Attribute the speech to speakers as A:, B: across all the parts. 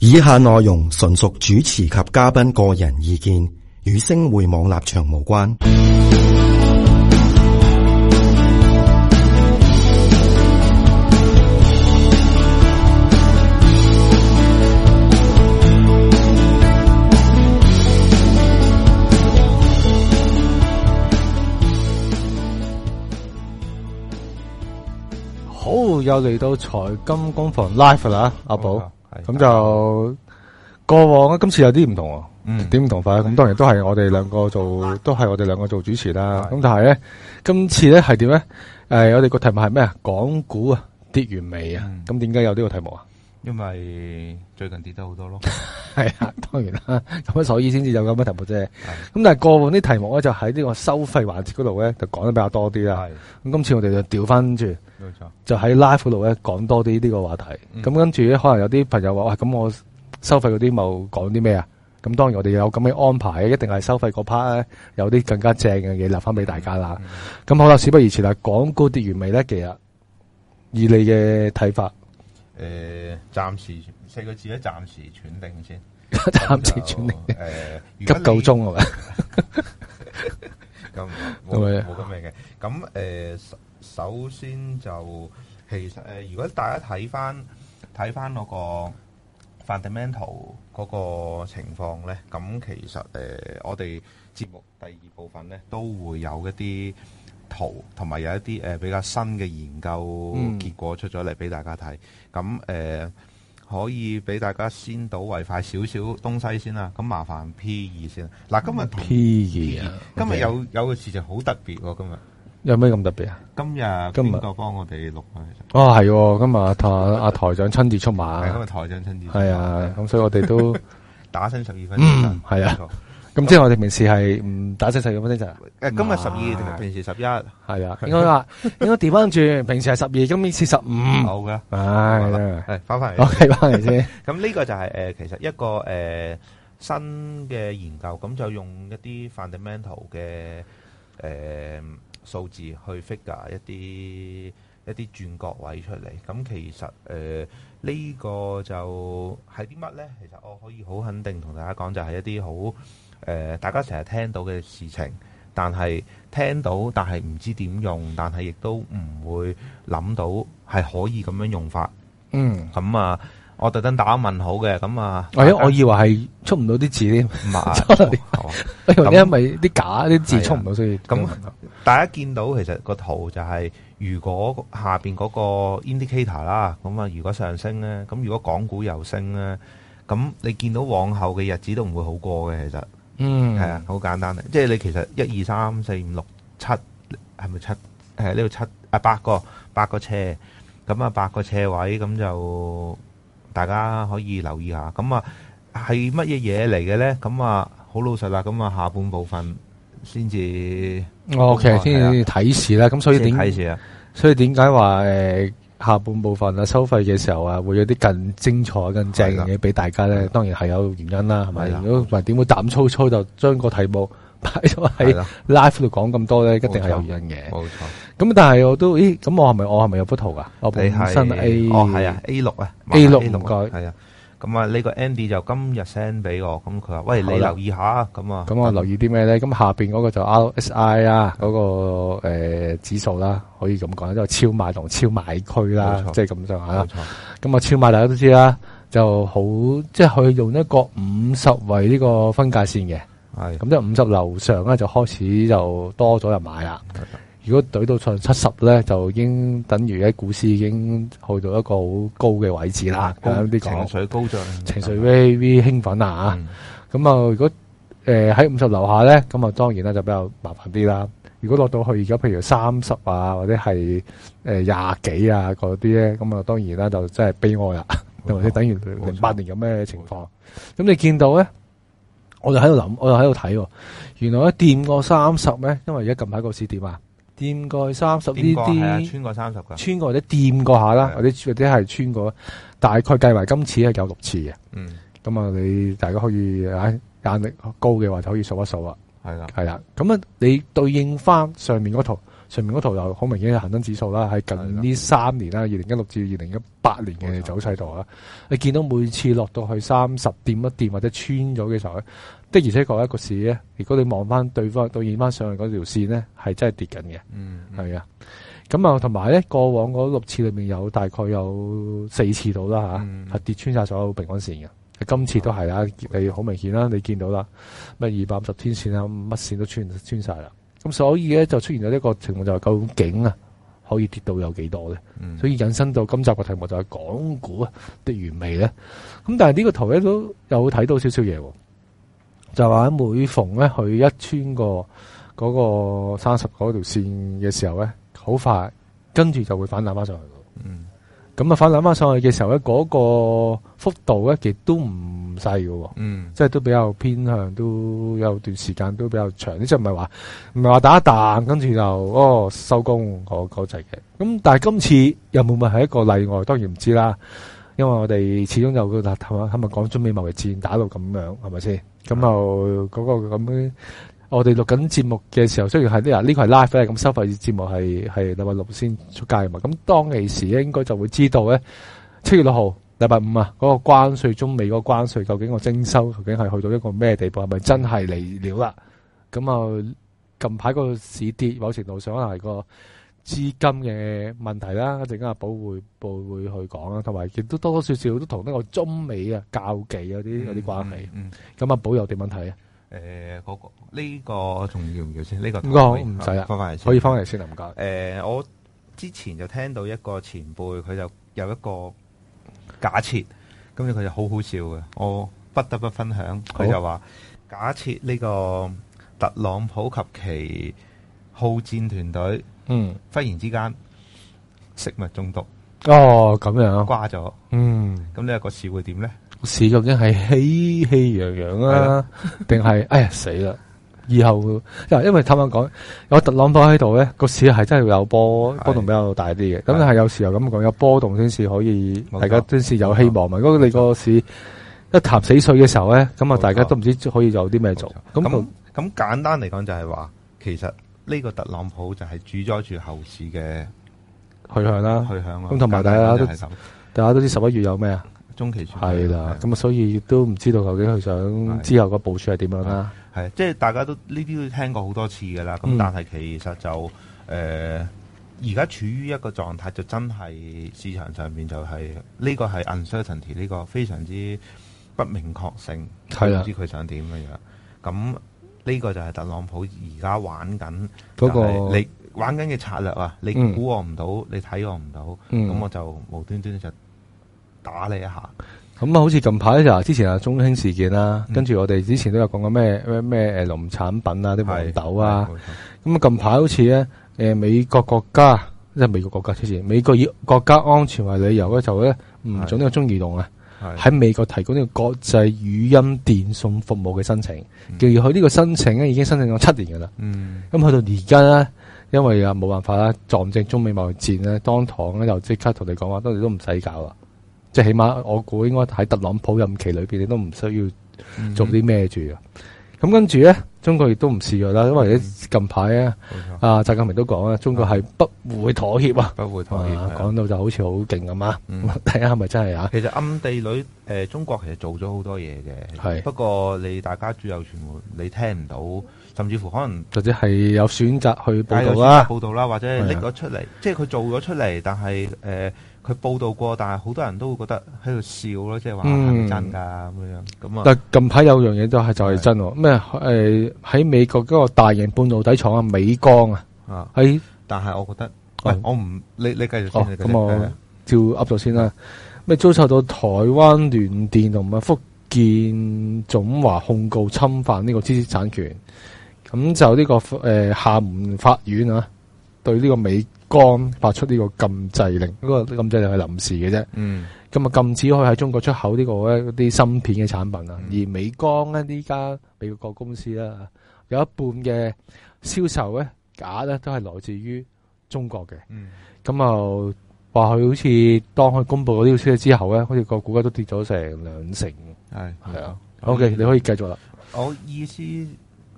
A: 以下內容純屬主持及嘉賓個人意見，與星匯網立場無關。
B: 好，又嚟到財金工房 live 啦，阿寶
C: 係，
B: 咁就過往今次有啲唔同喎，
C: 嗯
B: 點唔同法咧？咁當然都係我哋兩個做，都係我哋兩個做主持啦。
C: 係
B: 咁但係咧，今次咧係點咧？誒，我哋個題目係咩啊？港股啊，跌完未啊
C: 嗯？
B: 咁點解有呢個題目啊？
C: 因為最近跌得好多咯，
B: 係 啊，當然啦，咁所以先至有咁嘅題目啫。咁但係過往啲題目咧，就喺呢個收費環節嗰度咧，就講得比較多啲啦。
C: 係
B: 咁今次我哋就調翻轉。
C: 冇錯，
B: 就喺 live 嗰度咧講多啲呢個話題。
C: 嗯
B: 咁、跟住咧，可能有啲朋友話：喂，咁我收費嗰啲咪講啲咩啊？咁當然我哋有咁嘅安排，一定係收費嗰 part 咧有啲更加正嘅嘢留翻俾大家啦。
C: 嗯
B: 咁、好啦，事不宜遲啦，港股跌完未咧？其實以你嘅睇法，
C: 誒，暫時四個字咧，暫時斷定先，
B: 暫時轉定
C: 咁就誒，急
B: 急救中啊 係咪？
C: 咁冇
B: 係咪
C: 冇咁嘅嘅。咁誒、呃首首先就其實誒、呃如果大家睇翻睇翻嗰個 fundamental 嗰個情況咧，咁其實誒、呃我哋節目第二部分咧都會有一啲圖同埋有一啲誒、呃比較新嘅研究
B: 嗯
C: 結果出咗嚟俾大家睇。咁誒、呃可以俾大家先睹為快少少東西先啦，咁麻煩 P 二先。嗱，今日
B: 嗯
C: 同
B: P 二啊，
C: 今日有有個事情好特別喎，今日
B: 有咩咁特別啊？
C: 今日
B: 今日
C: 邊個幫我哋錄啊？其實
B: 哦，係喎，今日阿台阿台長親自出
C: 啊係今
B: 馬
C: 日，台長親自
B: 啊係啊，咁所以我哋都
C: 打新十二分
B: 嗯
C: 鐘，
B: 係啊
C: 冇錯。
B: 咁即係我哋平時係唔打聲細咁聲咋。
C: 誒，今日十
B: 嗯
C: 二定係平時十一？
B: 系 啊，应该话应该调翻轉，平時係十二，今年次十五，
C: 好嘅，好啦
B: 唉，
C: 係翻返
B: 我
C: 嚟。
B: 計翻嚟 先，
C: 咁呢個就係誒，其實一個誒新嘅研究，咁就用一啲 fundamental 嘅誒數字去 figure 一啲。呃一啲轉角位出嚟，咁其實誒呢、呃個就係啲乜呢？其實我可以好肯定同大家講，就係一啲好誒大家成日聽到嘅事情，但係聽到但係唔知點用，但係亦都唔會諗到係可以咁樣用法。
B: 嗯，
C: 咁啊，我特登打問號嘅，咁啊，
B: 或者哎我以為係出唔到啲字 添，真
C: 唔
B: 係
C: 係，好啊
B: 因為咧咪啲假啲字出唔到，所以
C: 咁大家見到其實個圖就係、如果下邊嗰個 indicator 啦，咁啊，如果上升咧，咁如果港股又升咧，咁你見到往後嘅日子都唔會好過嘅，其實
B: 嗯
C: 係啊，，好簡單嘅，即係你其實一二三四五六七係咪七？係呢度七啊八個八個車，咁啊八個車位咁就大家可以留意下。咁啊係乜嘢嘢嚟嘅呢？咁啊好老實啦，咁啊下半部分先至
B: 我哦 OK
C: 係啊
B: 先至睇市啦，咁所以
C: 先睇
B: 點
C: 住啊。
B: 所以點解話诶下半部分啊收費嘅時候啊，會有啲更精彩、更正嘅嘢俾大家咧？當然係有原因啦，係咪
C: 係？啦
B: 如果唔係點會膽粗粗就將個題目擺咗
C: 係
B: 喺
C: 啦，
B: live 度講咁多咧？一定係有原因嘅。
C: 冇錯。
B: 咁但係我都，咦？咁我係咪我係咪有幅圖噶？我本
C: 你
B: 身 A，
C: 係哦係啊 A 六啊
B: A 六
C: 麻煩
B: 唔該
C: 係啊。咁啊呢個 Andy 就今日 send 俾我，咁佢話喂你
B: 好啦
C: 留意下啊咁啊。
B: 咁我留意啲咩咧？咁下邊嗰個就 RSI 啊，嗰、個、呃、指數啦，可以咁講，即係超買同超買區啦
C: 冇，錯
B: 即係咁上下啦
C: 冇。錯。
B: 咁啊，超買大家都知啦，就好即係佢用一個五十為呢個分界線嘅，
C: 係
B: 咁即係五十樓上咧就開始就多咗人買啦。
C: 啊
B: 如果懟到上七十咧，就已經等於喺股市已經去到一個好高嘅位置啦。
C: 高
B: 咁啲
C: 情
B: 講。
C: 緒高漲，
B: 情緒 very 興奮啊
C: 嗯
B: 咁啊，如果誒喺五十樓下咧，咁啊當然啦就比較麻煩啲啦。如果落到去而家譬如三十啊，或者係誒廿幾啊嗰啲咧，咁啊當然啦就真係悲哀啦，
C: 冇錯
B: 或者等於
C: 錯
B: 零八年咁嘅情況。咁你見到咧，我就喺度諗，我就喺度睇喎。原來一掂過三十咧，因為而家近排個市點啊，掂過三十呢
C: 點講係啊，
B: 啲。
C: 穿過三十噶，
B: 穿過或者掂過下啦，
C: 係啊
B: 或者或者係穿過，大概計埋今次係有六次嘅。
C: 嗯，
B: 咁啊，你大家可以唉眼力高嘅話，就可以數一數啊，
C: 係啦，
B: 係啦。咁啊，你對應翻上面嗰圖，上面嗰圖又好明顯係恒生指數啦，係近呢三年啦，二零一六至二零一八年嘅走勢圖啦。你見到每次落到去三十點一點或者穿咗嘅時候咧，的而且確一個市咧，如果你望翻對方對應翻上去嗰條線咧，係真係跌緊嘅。
C: 嗯，嗯
B: 係啊，咁啊，同埋咧，過往嗰六次裏面有大概有四次到啦吓，係、
C: 嗯
B: 啊跌穿晒所有平均線嘅。今次都係啦，你好明顯啦，你見到啦，咩二百五十天線啊，乜線都穿穿晒啦。咁所以咧就出現咗一個情況，就係究竟啊可以跌到有幾多咧？
C: 嗯
B: 所以引申到今集嘅題目就係港股啊的完味咧。咁但係呢個圖咧都有睇到少少嘢喎，就話每逢咧佢一穿過嗰個三十嗰條線嘅時候咧，好快跟住就會反彈翻上去㗎。
C: 嗯
B: 咁啊反彈翻上去嘅時候咧，嗰、個幅度咧亦都唔細嘅喎。
C: 嗯
B: 即係都比較偏向，都有段時間都比較長。呢即係唔係話唔係話打一彈，跟住就哦收工嗰嗰陣嘅。咁但係今次又會唔會係一個例外？當然唔知啦，因為我哋始終有個係咪係咪講中美貿易戰打到咁樣係咪先？咁就嗰個咁樣。我哋錄緊節目嘅時候，雖然係呢嗱呢個係 live 咧，咁收費節目係係禮拜六先出街嘅嘛。咁當其時咧，應該就會知道咧，七月六號禮拜五啊，嗰、個關税中美嗰個關税究竟個徵收究竟係去到一個咩地步，係咪真係嚟了啦？咁啊，近排個市跌，某程度上可能係個資金嘅問題啦，一陣間阿寶會部會去講啦，同埋亦都多多少少都同呢個中美啊交技有啲有啲關係。
C: 嗯，
B: 咁阿寶有啲問題啊？
C: 誒嗰個呢個仲要唔要先？呢個
B: 唔該唔使啦
C: 翻返嚟先
B: 可以翻嚟先啊，唔該。
C: 誒、我之前就聽到一個前輩，佢就有一個假設，跟住佢就好好笑嘅，我不得不分享。
B: 好
C: 佢就話：假設呢個特朗普及其好戰團隊
B: 嗯，
C: 忽然之間食物中毒
B: 哦，咁樣，
C: 瓜咗，
B: 嗯，
C: 咁呢個市會點呢？
B: 市究竟係 喜氣洋洋啊，定係哎呀死啦？以後因為因為坦白講，有特朗普喺度咧，個市係真係會有波
C: 係
B: 波動比較大啲嘅。咁
C: 係
B: 但係有時候咁講，有波動先至可以，
C: 冇錯
B: 大家先至有希望嘛。如果你個市一潭死水嘅時候咧，咁啊
C: 冇錯
B: 大家都唔知可以有啲咩做。咁
C: 咁
B: 同
C: 咁簡單嚟講就係話，其實呢個特朗普就係主宰住後市嘅
B: 去向啦，
C: 去向啊
B: 咁同埋大家都
C: 簡單就係咁
B: 大家都知十一月有咩啊？
C: 中期選舉
B: 係啦，咁啊，所以都唔知道究竟佢想
C: 係
B: 之後個部署係點樣啦。
C: 係，即係大家都呢啲都聽過好多次㗎啦。咁、
B: 嗯
C: 但係其實就誒，呃而、家處於一個狀態，就真係市場上面就係、呢、個係 uncertainty，呢個非常之不明確性，
B: 係啦
C: 唔知佢想點嘅樣。咁呢個就係特朗普而家玩緊
B: 嗰個
C: 就係你玩緊嘅策略啊！你
B: 嗯
C: 估我唔到，你睇我唔到，咁、
B: 嗯
C: 我就無端端就打你一下。
B: 咁啊，好似近排咧就話之前啊中興事件啦，
C: 嗯
B: 跟住我哋之前都有講過咩咩咩誒農產品啊，啲黃豆啊
C: 係，，冇錯
B: 咁啊近排好似咧誒美國國家即係美國國家之前，美國以國家安全為理由咧就咧唔準呢個中移動啊
C: 係
B: 喺美國提供呢個國際語音電信服務嘅申請，而佢呢個申請咧已經申請咗七年㗎啦。
C: 嗯
B: 咁去到而家咧，因為啊冇辦法啦，撞正中美貿易戰咧，當堂咧就即刻同你講話，當你都唔使搞啦。即係起碼我估應該喺特朗普任期裏邊，你都唔需要
C: 嗯
B: 做啲咩住啊。咁跟住咧，中國亦都唔示弱啦，因為咧近排咧，
C: 冇錯
B: 啊習近平都講啦，中國係不會妥協啊。
C: 不會妥協
B: 啊
C: 係啊
B: 講到就好似好勁咁啊！
C: 嗯
B: 咁睇下係咪真係啊？
C: 其實暗地裏，誒、呃中國其實做咗好多嘢
B: 係
C: 嘅，不過你大家主流傳媒你聽唔到，甚至乎可能
B: 或者係有選擇去報
C: 有
B: 道啊
C: 啲
B: 啦。
C: 報道啦，或者
B: 係啊
C: 拎咗出嚟，即係佢做咗出嚟，但係誒，呃佢、報道過，但係好多人都會覺得喺度笑咯，即係話
B: 嗯
C: 係咪真㗎咁樣，咁啊，
B: 但近排有樣嘢都係就係真喎，咩誒喺美國嗰個大型半導體廠啊，美光啊，
C: 啊，
B: 喺
C: 但係我覺得，
B: 哦
C: 喂，我唔，你你繼續
B: 哦
C: 先，你繼
B: 咁
C: 續
B: 我
C: 係啊
B: 照噏咗先啦，咩遭受到台灣聯電同埋福建總華控告侵犯呢個知識產權，咁就呢、個誒、呃廈門法院啊，對呢個美光發出呢個禁制令，嗰、個禁制令係臨時嘅啫。
C: 嗯
B: 咁啊禁止可以喺中國出口呢個咧嗰啲芯片嘅產品啊，而
C: 嗯
B: 美光咧呢家美國公司啦，有一半嘅銷售咧假咧都係來自於中國嘅，
C: 嗯
B: 咁啊話佢好似當佢公布咗呢個消息之後咧，好似個股價都跌咗成兩成，啊
C: 係嗯
B: 係啊。OK，你可以繼續啦。
C: 我意思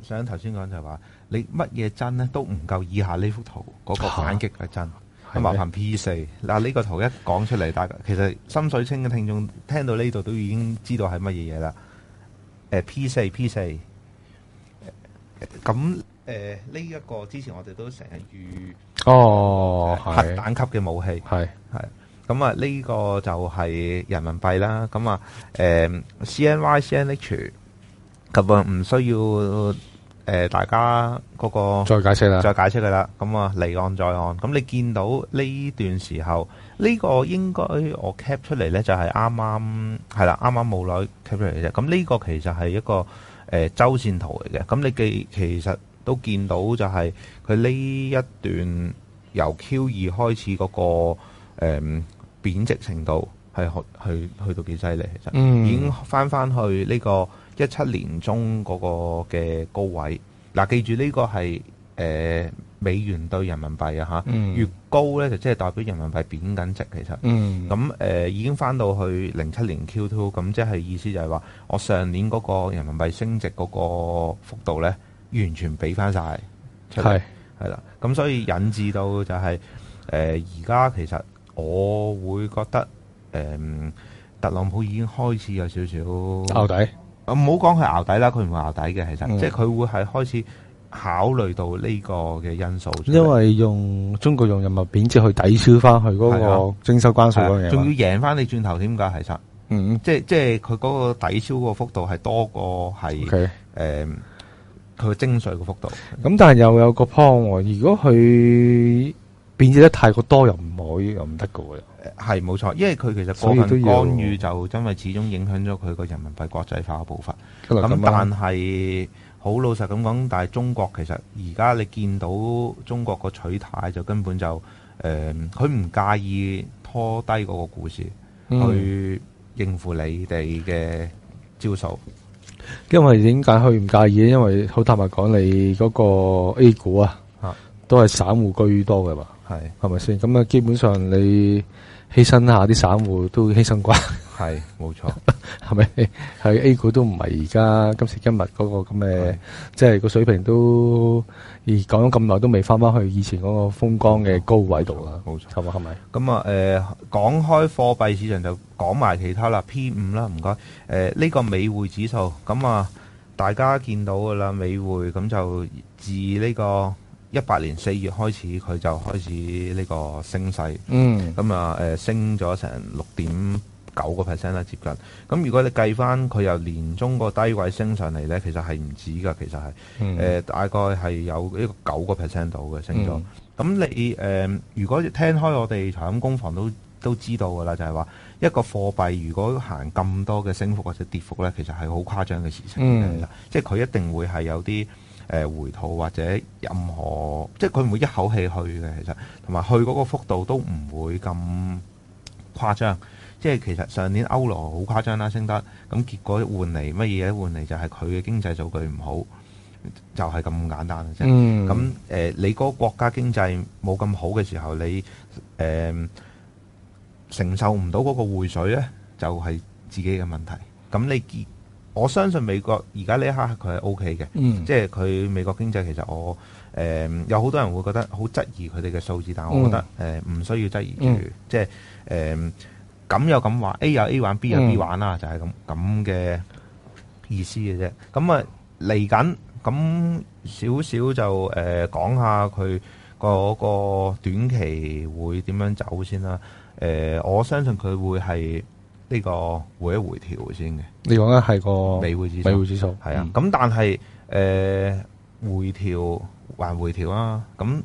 C: 想頭先講就係話，誒、你乜嘢真咧都唔夠以下呢幅圖嗰個反擊嘅真。咁麻煩 P E 四嗱呢個圖一講出嚟，大家其實深水清嘅聽眾聽到呢度都已經知道係乜嘢嘢啦。誒 P 四 P 四，咁誒呢一個之前我哋都成日遇
B: 哦，
C: 核
B: 係
C: 彈級嘅武器。
B: 係
C: 咁啊，呢個就係人民幣啦。咁啊，誒 CNY、CNH，咁啊唔需要誒、大家嗰、個
B: 再解釋啦，
C: 再解釋噶啦。咁啊，離岸在岸。咁你見到呢段時候，呢、個應該我 cap 出嚟呢，就係啱啱係啦，啱啱冇耐 cap 出嚟嘅啫。咁呢個其實係一個誒、周線圖嚟嘅。咁你記其實都見到就係佢呢一段由 Q 二開始嗰、個。誒、貶值程度係去去去到幾犀利，其實、
B: 嗯
C: 已經翻翻去呢個一七年中嗰個嘅高位。嗱、記住呢個係誒、美元對人民幣啊嚇，
B: 嗯
C: 越高呢就即係代表人民幣貶緊值，其實。
B: 嗯
C: 咁誒、已經翻到去零七年 Q2，咁即係意思就係話，我上年嗰個人民幣升值嗰個幅度呢，完全俾翻晒出嚟
B: 係。
C: 係啦，咁所以引致到就係誒而家其實我會覺得誒、嗯特朗普已經開始有少少，
B: 牛底，
C: 啊唔好講佢熬底啦，佢唔會熬底嘅，其實、
B: 嗯
C: 即係佢會係開始考慮到呢個嘅因素出嚟，
B: 因為用中國用人民幣貶值去抵消翻佢嗰
C: 係
B: 個徵收關税嗰樣
C: 係啊
B: 嘢
C: 仲
B: 嘛
C: 要，贏翻你轉頭添㗎，其實
B: 嗯
C: 即係即係佢嗰個抵消個幅度係多過係誒
B: ，OK。
C: 佢嘅徵稅個幅度，
B: 咁但係又有個 point 喎，如果佢貶值得太過多又唔可以，又唔得噶喎。
C: 係冇錯，因為佢其實
B: 所
C: 過
B: 以
C: 分
B: 都
C: 干
B: 要
C: 預就因為始終影響咗佢個人民幣國際化嘅步伐。
B: 咁
C: 咁啊但
B: 樣
C: 係好老實咁講，但係中國其實而家你見到中國個取態就根本就誒，佢、唔介意拖低嗰個股市、
B: 嗯
C: 去應付你哋嘅招數。
B: 因為點解佢唔介意咧？因為好坦白講，你嗰個 A 股啊
C: 啊，
B: 都係散戶居多嘅嘛，
C: 係
B: 係咪先？咁啊，基本上你犧牲下啲散戶都犧牲啩，
C: 係冇錯，
B: 係咪？係 A 股都唔係而家今時今日嗰個咁嘅，即係個水平都而講咗咁耐都未翻翻去以前嗰個風光嘅高位度啦，
C: 冇錯。
B: 係咪？係咪？
C: 咁啊誒，講開貨幣市場就講埋其他啦，P 五啦，唔該。誒、呃呢、個美匯指數，咁啊大家見到噶啦，美匯咁就自呢個一八年四月開始，佢就開始呢個升勢。
B: 嗯，
C: 咁啊誒升咗成六點九個 percent 啦，接近。咁如果你計翻佢由年中個低位升上嚟呢，其實係唔止㗎，其實係誒、
B: 嗯
C: 呃大概係有一個九個 percent 到嘅升咗。
B: 嗯
C: 咁、你誒、呃如果聽開我哋財金工房都都知道㗎啦，就係、話一個貨幣如果行咁多嘅升幅或者跌幅呢，其實係好誇張嘅事情嚟㗎
B: 嗯
C: 即係佢一定會係有啲誒、呃回吐或者任何，即係佢唔會一口氣去嘅，其實同埋去嗰個幅度都唔會咁誇張。即係其實上年歐羅好誇張啦，升得咁結果換嚟乜嘢？換嚟就係佢嘅經濟數據唔好，就係、咁簡單嘅啫。
B: 嗯
C: 咁誒、呃你嗰個國家經濟冇咁好嘅時候，你誒、呃承受唔到嗰個匯水呢，就係、自己嘅問題。咁你見我相信美國而家呢一刻佢係 O K 嘅，
B: 嗯
C: 即係佢美國經濟其實我誒、呃有好多人會覺得好質疑佢哋嘅數字，但我覺得誒唔、需要質疑住，
B: 嗯
C: 即係呃誒咁有咁玩，A 有 A 玩，B 有 B
B: 嗯
C: 玩啦，就係咁咁嘅意思嘅啫。咁啊嚟緊咁少少就誒、呃、講下佢嗰個短期會點樣走先啦。誒、我相信佢會係呢個回一回調先嘅
B: 你講緊係個
C: 美匯指數
B: 哦美。匯指數，
C: 係啊
B: 嗯，
C: 咁但係誒、呃回調還回調啊，咁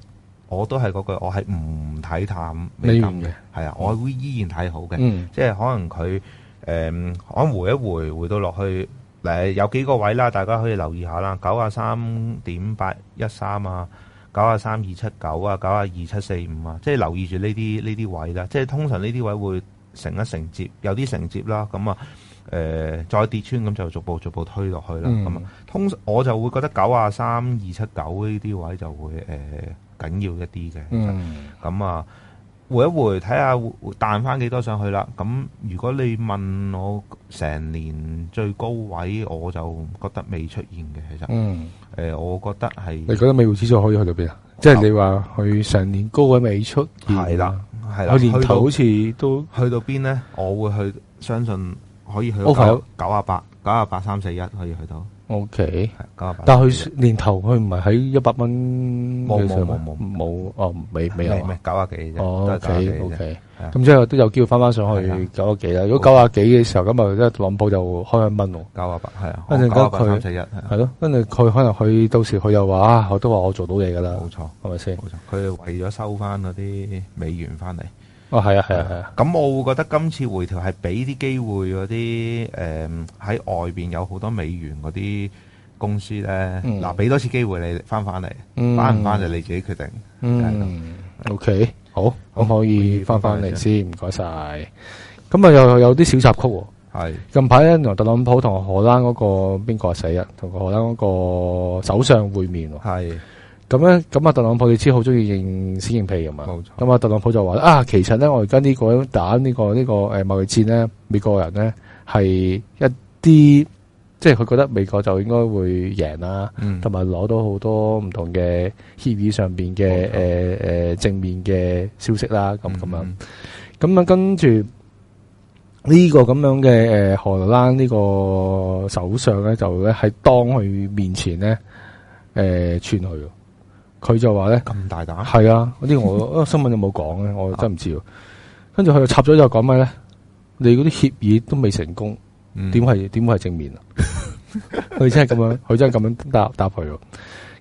C: 我都係嗰句，我係唔睇淡美
B: 美
C: 金嘅
B: 元，
C: 係啊，我會依然睇好嘅，
B: 嗯
C: 即係可能佢誒、呃可能回一回回到落去誒、呃有幾個位啦，大家可以留意下啦，九啊三點八一三啊。九啊三二七九啊，九啊二七四五啊，即係留意住呢啲呢啲位啦。即係通常呢啲位會成一承接，有啲承接啦。咁啊，誒、再跌穿咁就逐步逐步推落去啦。
B: 嗯
C: 咁啊、通常我就會覺得九啊三二七九呢啲位就會誒、緊要一啲嘅。
B: 嗯
C: 咁啊，回一回睇下會彈翻幾多上去啦。咁如果你問我成年最高位，我就覺得未出現嘅，其實。
B: 嗯
C: 誒、诶、我覺得
B: 你
C: 係
B: 覺得美匯指數可以去到邊啊？即係你話佢上年高位未出現
C: 係啦，，係啦，
B: 佢年
C: 去
B: 頭
C: 到
B: 好似都
C: 去到邊呢？我會去相信可以去到
B: Over
C: 九九啊八、九啊八三四一可以去到
B: OK。
C: 係九啊八。
B: 但係佢年頭佢唔係喺一百蚊
C: 冇
B: 嘅
C: 冇
B: 上
C: 冇
B: 面
C: 冇
B: 冇哦，未未有
C: 未
B: 啊
C: 未九啊幾啫，
B: 哦
C: 都係九啊幾
B: ，OK
C: 啫。
B: OK，
C: 係啊
B: 咁即係都有機會翻翻上
C: 係
B: 去
C: 啊
B: 九啊幾啦。如果九啊幾嘅時候，咁啊，即係特朗普就開一蚊喎。
C: 九啊八係啊，
B: 一陣間
C: 九啊八
B: 佢
C: 三四一係啊
B: 係咯，跟住佢可能佢到時佢又話啊，我都話我做到嘢㗎啦，
C: 冇錯
B: 係咪先？
C: 冇錯。佢係為咗收翻嗰啲美元翻嚟。
B: 哦，係啊，係啊，係啊，
C: 咁我會覺得今次回調係俾啲機會嗰啲誒喺外邊有好多美元嗰啲公司咧，
B: 嗯
C: 嗱俾、多次機會你翻翻嚟，
B: 嗯
C: 翻唔翻就你自己決定。
B: 嗯，OK，好，咁可以翻翻嚟
C: 好
B: 先，唔該晒。咁啊，又有啲小插曲喎。
C: 係
B: 近排咧，特朗普同荷蘭嗰個邊個啊死啊？同荷蘭嗰個首相會面喎。
C: 係
B: 咁咧，咁啊，特朗普你知好中意認死認屁噶嘛？
C: 冇錯
B: 咁啊，特朗普就話啊，其實咧，我而家呢個打呢、個呢、個誒貿易戰咧，美國人咧係一啲，即係佢覺得美國就應該會贏啦，
C: 嗯
B: 同埋攞到好多唔同嘅協議上邊嘅
C: 冇錯
B: 誒誒正面嘅消息啦，咁咁樣。
C: 嗯
B: 咁啊，跟住呢個咁樣嘅誒荷蘭呢個首相咧，就咧喺當佢面前咧誒、呃串佢喎，佢就話咧
C: 咁大膽
B: 係啊，嗰啲我啊 新聞有冇講咧，
C: 啊
B: 我真係唔知喎。跟住佢就插咗就講咩咧？你嗰啲協議都未成功，點
C: 點
B: 係點會係正面啊？ 佢真係咁 樣，佢真係咁樣答答佢喎。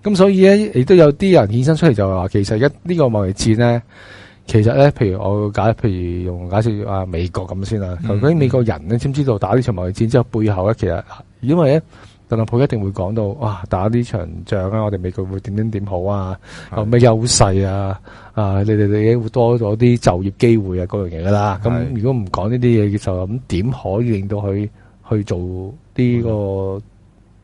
B: 咁所以咧，亦都有啲人衍生出嚟就話，其實一呢個貿易戰咧，其實咧，譬如我假，譬如用假設啊美國咁先啦，究
C: 嗯
B: 竟美國人咧知唔知道打呢場貿易戰之後背後咧，其實因為咧。特朗普一定會講到，哇！打呢場仗啊，我哋美國會點點點好啊，
C: 係
B: 有咩優勢啊？啊，你哋你會多咗啲就業機會啊，嗰樣嘢噶啦。咁
C: 係
B: 如果唔講呢啲嘢嘅時候，咁點可以令到佢去做
C: 嗯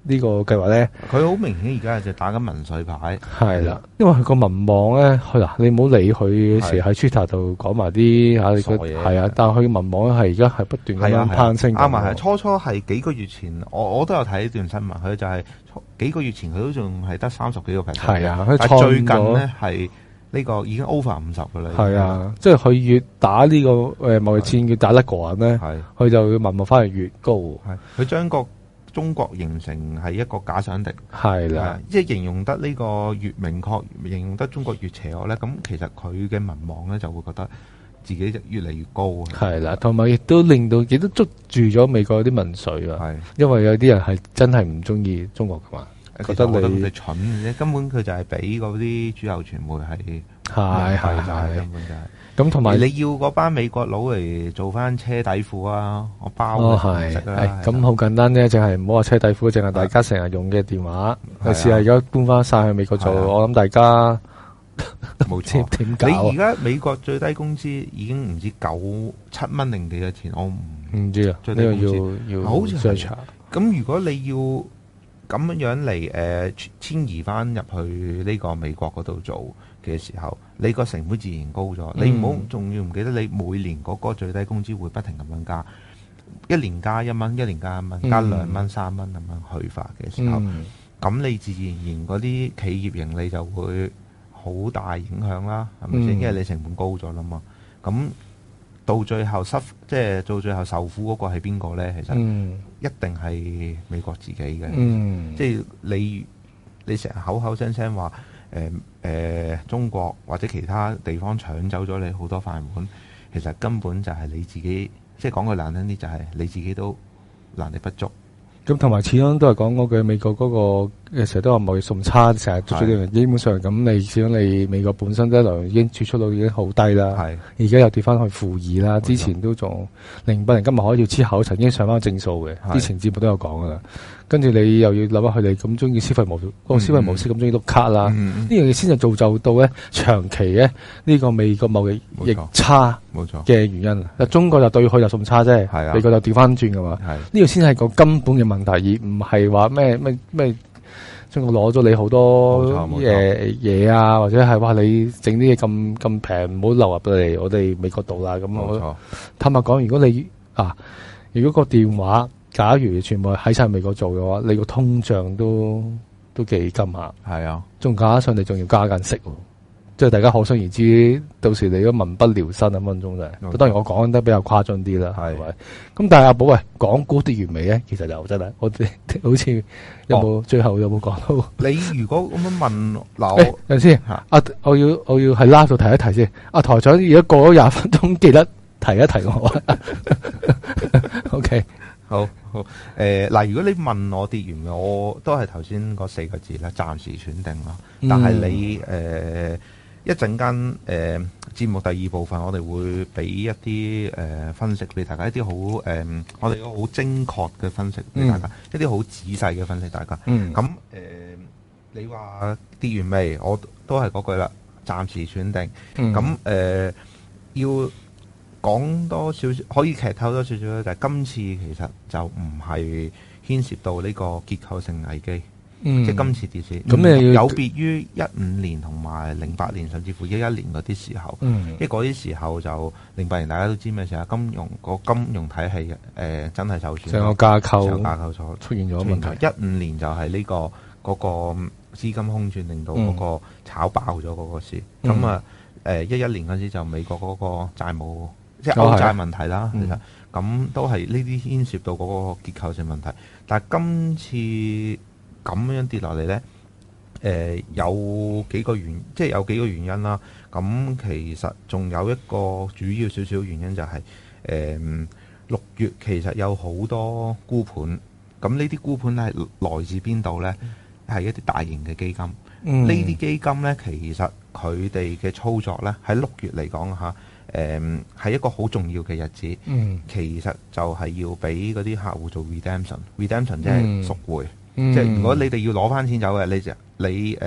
B: 呢、個呢、個計劃咧？
C: 佢好明顯而家就打緊民粹牌，
B: 係啦，因為佢個民望咧，佢嗱你唔好理佢有時喺 Twitter 度講埋啲嚇，你
C: 傻
B: 覺
C: 嘢
B: 係啊，但係佢民望係而家係不斷咁
C: 係啊
B: 樣
C: 係啊
B: 攀升緊喎，
C: 啱啊係。初初係幾個月前，我我都有睇呢段新聞，佢就係初幾個月前佢都仲係得三十幾個 percent，
B: 係啊佢
C: 但係最近
B: 創咗
C: 咧係呢個已經 over 五十噶啦，
B: 係啊，即係佢越打呢、個誒、呃、貿易戰，越打得個人咧，
C: 係。
B: 佢就民望反而越高。
C: 系佢將個中國形成係一個假想敵，
B: 係啊啦
C: 係，即係形容得呢個越明確，形容得中國越邪惡咧，咁其實佢嘅民望咧就會覺得自己就越嚟越高啊，
B: 係啦，同埋亦都令到亦都捉住咗美國啲民粹啊，
C: 係
B: 因為有啲人係真係唔中意中國噶嘛。覺
C: 其
B: 得
C: 實我覺得
B: 你
C: 佢哋蠢嘅啫，根本佢就係俾嗰啲主流傳媒係
B: 係係
C: 就係
B: 係
C: 根，本就係。
B: 咁同
C: 同埋
B: 埋
C: 你要嗰班美國佬嚟做翻車底褲啊，我包
B: 哦
C: 佢
B: 係
C: 食啦
B: 係，
C: 係
B: 咁
C: 啦
B: 好簡單咧，就係唔好話車底褲，淨係大家成日用嘅電話，
C: 係
B: 你
C: 啊
B: 試下而家搬翻晒去美國做，
C: 係啊
B: 我諗 大家
C: 冇
B: 知
C: 錯。
B: 點搞
C: 你而
B: 啊？
C: 家美國最低工資已經唔知九七蚊零幾嘅錢，我唔
B: 唔知啊，呢
C: 最低
B: 個
C: 工
B: 要要
C: 好似係
B: search 下
C: 咁如果你要咁樣嚟誒、呃遷移翻入去呢個美國嗰度做嘅時候，你個成本自然高咗。
B: 嗯
C: 你唔好仲要唔記得你每年嗰個最低工資會不停咁樣加，一年加一蚊，一年加一蚊，加
B: 嗯
C: 兩蚊、三蚊咁樣去化嘅時候，咁、
B: 嗯，
C: 你自然而然嗰啲企業盈利就會好大影響啦，係咪先？
B: 嗯
C: 因為你成本高咗啦嘛，咁。到最後失，即係到最後受苦嗰個係邊個呢？其實
B: 嗯
C: 一定係美國自己嘅，
B: 嗯，
C: 即係你你成日口口聲聲話誒誒中國或者其他地方搶走咗你好多飯碗，其實根本就係你自己，即係講句難聽啲就係你自己都能力不足，
B: 咁同埋始終都係講嗰句美國嗰、個誒成日都話貿易順差，成日捉咗呢樣嘢。基本上咁，你始終你美國本身一來已經儲蓄率已經好低啦，
C: 係
B: 而家又跌翻去負二啦。之前都仲零八年金日海要之後曾經上翻正數嘅，
C: 係
B: 之前節目都有講噶啦。跟住你又要諗翻佢哋咁中意消費模式，嗰個消費模式咁中意碌卡啦，呢
C: 嗯嗯
B: 樣嘢先就造就到咧長期咧呢個美國貿易
C: 冇錯
B: 逆差
C: 冇錯，
B: 嘅原因。嗱，中國就對佢就順差啫
C: 係，啊
B: 美國就調翻轉噶嘛。
C: 係
B: 呢個先係個根本嘅問題，而唔係話咩咩咩中國攞咗你好多
C: 冇錯冇錯
B: 嘢嘢啊，或者係話你整啲嘢咁咁平，唔好流入到嚟我哋美國度啦。咁
C: 冇
B: 我
C: 錯，
B: 坦白講，如果你啊，如果個電話假如全部喺晒美國做嘅話，你個通脹都都都幾金下，
C: 係 啊，
B: 仲加上你仲要加緊息喎，即係大家可想而知，到時你都民不聊生啊分分鐘就
C: 嗯
B: 係。當然我講得比較誇張啲啦，
C: 係
B: 係咪？咁但係阿寶喂，港股跌完未咧？啊其實就真係，我哋 好似有
C: 哦
B: 冇最後有冇講到？
C: 你如果咁樣問嗱
B: 誒，
C: 我
B: 等陣先
C: 哦嚇，
B: 啊，我要我要喺 live 度提一提先。阿台長而家過咗廿分鐘，記得提一提我 啊。OK，
C: 好好誒嗱，如果你問我跌完嘅，我都係頭先嗰四個字啦，暫時選定啦。但係你誒、呃一陣間誒節目第二部分，我哋會俾一啲誒、呃分析俾大家，一啲好誒我哋有好精確嘅分析俾大家，一啲好仔細嘅分析大家。
B: 嗯
C: 咁誒、呃你話跌完未？我都係嗰句啦，暫時選定。
B: 嗯
C: 咁誒、呃要講多少少，可以劇透多少少咧，就係、今次其實就唔係牽涉到呢個結構性危機。
B: 嗯
C: 即係今次跌市，嗯
B: 咁你要
C: 有別於一五年同埋零八年，甚至乎一一年嗰啲時候，
B: 嗯
C: 因為嗰啲時候就零八年大家都知咩事啊，金融個金融體系誒、呃真係受損，
B: 成個架
C: 上架
B: 構
C: 構所
B: 出現咗問題。
C: 一五年就係呢、個嗰、個資金空轉，令到嗰個炒爆咗嗰個市。
B: 嗯
C: 咁啊誒一一年嗰時就美國嗰個債務即係
B: 哦
C: 歐
B: 係啊
C: 債問題啦，
B: 嗯
C: 其實咁都係呢啲牽涉到嗰個結構性問題。但係今次咁樣跌落嚟呢。誒、有幾個原，即係有幾個原因啦。咁其實仲有一個主要少少原因就係、誒六、月其實有好多沽盤，咁呢啲沽盤係來自邊度呢？係一啲大型嘅基金，呢
B: 嗯
C: 啲、基金呢，其實佢哋嘅操作呢，喺六月嚟講嚇，誒、係一個好重要嘅日子。
B: 嗯
C: 其實就係要俾嗰啲客戶做 redemption，redemption 即
B: 嗯
C: 係贖
B: 嗯
C: 回。即係如果你哋要攞翻錢走嘅，你就你誒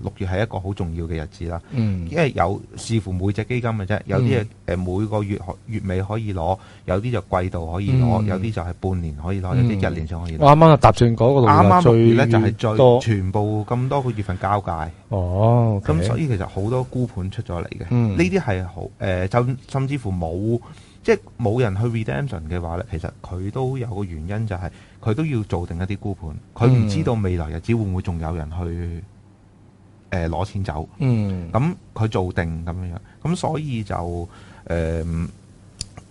C: 六、月係一個好重要嘅日子啦，
B: 嗯
C: 因為有視乎每隻基金嘅啫，有啲係誒每個月可月尾可以攞，有啲就季度可以攞，
B: 嗯
C: 有啲就係半年可以攞，有
B: 嗯
C: 啲一年先可以
B: 我
C: 攞。
B: 啱啱就搭進嗰個路
C: 啱啱六
B: 啊最
C: 月咧就係
B: 多
C: 最全部咁多個月份交界，
B: 哦，
C: 咁所以其實好多沽盤出咗嚟嘅，
B: 嗯
C: 呢啲係好誒，就甚至乎冇即係冇人去 redemption 嘅話咧，其實佢都有個原因就係、佢都要做定一啲沽盤，佢
B: 嗯
C: 唔知道未來日子會唔會仲有人去誒攞、錢走，
B: 嗯
C: 咁佢做定咁樣樣，咁所以就誒。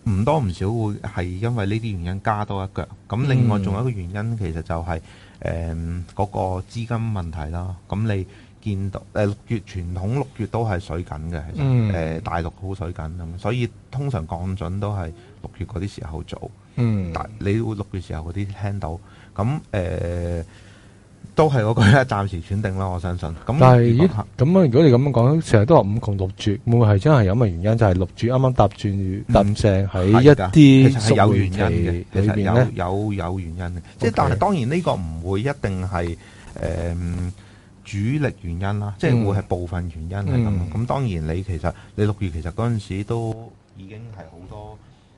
C: 唔多唔少會係因為呢啲原因加多一腳，咁另外
B: 嗯
C: 仲有一個原因其實就係誒嗰個資金問題啦。咁你見到誒六月傳統六月都係水緊嘅，其實誒、
B: 嗯
C: 大陸好水緊咁，所以通常降準都係六月嗰啲時候做。
B: 嗯
C: 但你會六月時候嗰啲聽到，咁誒、呃都係嗰句啦，暫時選定啦，我相信。咁
B: 但
C: 如果
B: 係咦咁啊！如果你咁樣講，成日都話五窮六絕，會唔會係真係有咁嘅原因？就係六絕啱啱搭轉搭正喺一
C: 嗯係㗎
B: 啲
C: 其實係有原因嘅，其
B: 裏
C: 實
B: 邊咧，
C: 有有有原因嘅，即
B: OK
C: 係但係當然呢個唔會一定係誒、嗯主力原因啦，即係
B: 嗯
C: 會係部分原因係咁。
B: 嗯
C: 咁、當然你其實你六月其實嗰陣時都已經係好多。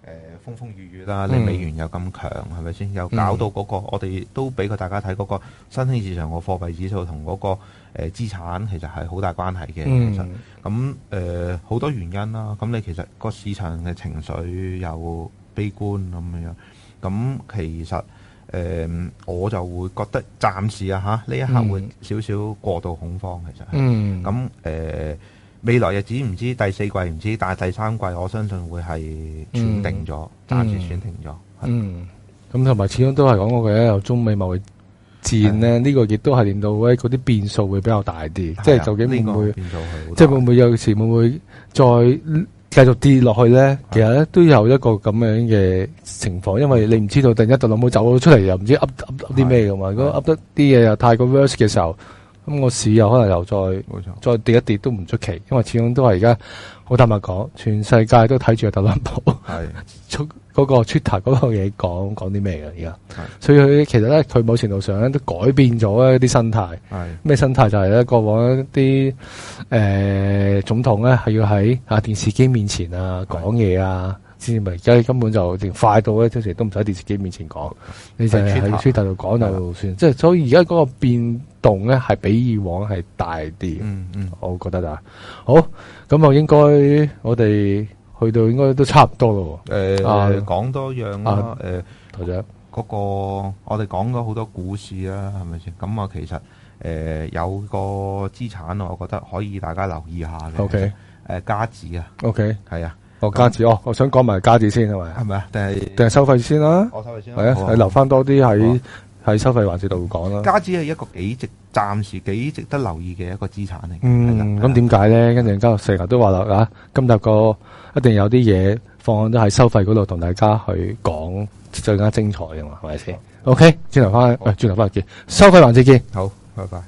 C: 誒、風風雨雨啦，你
B: 嗯
C: 美元又咁強，係咪先？又搞到嗰、個，我哋都俾佢大家睇嗰個新興市場個貨幣指數同嗰、個誒、呃、資產其實係好大關係嘅。其實
B: 嗯
C: 咁誒好多原因啦，咁你其實個市場嘅情緒又悲觀咁樣，咁其實誒、呃我就會覺得暫時啊嚇呢一刻會
B: 嗯
C: 少少過度恐慌其實係，
B: 嗯
C: 咁誒、呃未來日子唔知第四季唔知，但係第三季我相信會係選定咗，暫時選定咗。係
B: 嗯，咁同埋始終都係講過嘅，有中美貿易戰咧，呢個亦都係令到咧嗰啲變數會比較大啲，即係究竟會
C: 啊呢個
B: 唔會？
C: 變做係好
B: 即係
C: 大
B: 會唔會有時會唔會再繼續跌落去
C: 啊
B: 咧？其實咧都有一個咁樣嘅情況，因為你唔知道突然間特朗普走咗出嚟，又唔知噏噏噏啲咩噶嘛。如果噏得啲嘢又太過 worse 嘅時候，咁個市又可能又再
C: 冇錯？
B: 再跌一跌都唔出奇，因為始終都係而家好坦白講，全世界都睇住特朗普
C: 係
B: 出嗰個 Twitter 嗰個嘢講講啲咩嘅而家
C: 係，
B: 所以佢其實咧佢某程度上咧都改變咗一啲生態。
C: 係
B: 咩生態就係咧，過往一啲誒、呃、總統咧係要喺啊電視機面前啊講嘢啊，先至咪而家根本就連快到咧，通時都唔使電視機面前講，你就係喺
C: Twitter
B: Twitter 度講就算。即係所以而家嗰個變動咧係比以往係大啲，
C: 嗯嗯
B: 我覺得啊。好，咁我應該我哋去到應該都差唔多咯
C: 誒
B: 啊
C: 嗯呃講多樣啦呃
B: 啊
C: 誒。
B: 喎，台長。
C: 嗰、個我哋講咗好多股市啦，係咪先？咁啊，其實誒、誒有個資產，我覺得可以大家留意下嘅。
B: OK
C: 誒加字啊，
B: OK，
C: 係啊，
B: 哦加字哦，我想講埋加字先係咪？
C: 係咪啊？定係
B: 定係收費先啦，
C: 我收佢先
B: 係
C: 好
B: 啊，你啊留翻多啲喺喺收費環節度講啦。
C: 加子係一個幾值，暫時幾值得留意嘅一個資產嚟嘅。係啦啊
B: 嗯，咁？點解咧？跟住家成日都話啦，啊，今日個一定有啲嘢放咗喺收費嗰度同大家去講，就更加精彩啊嘛，係咪先？OK，轉頭翻，喂，轉頭翻嚟見，收費環節見。
C: 係啦好，拜拜。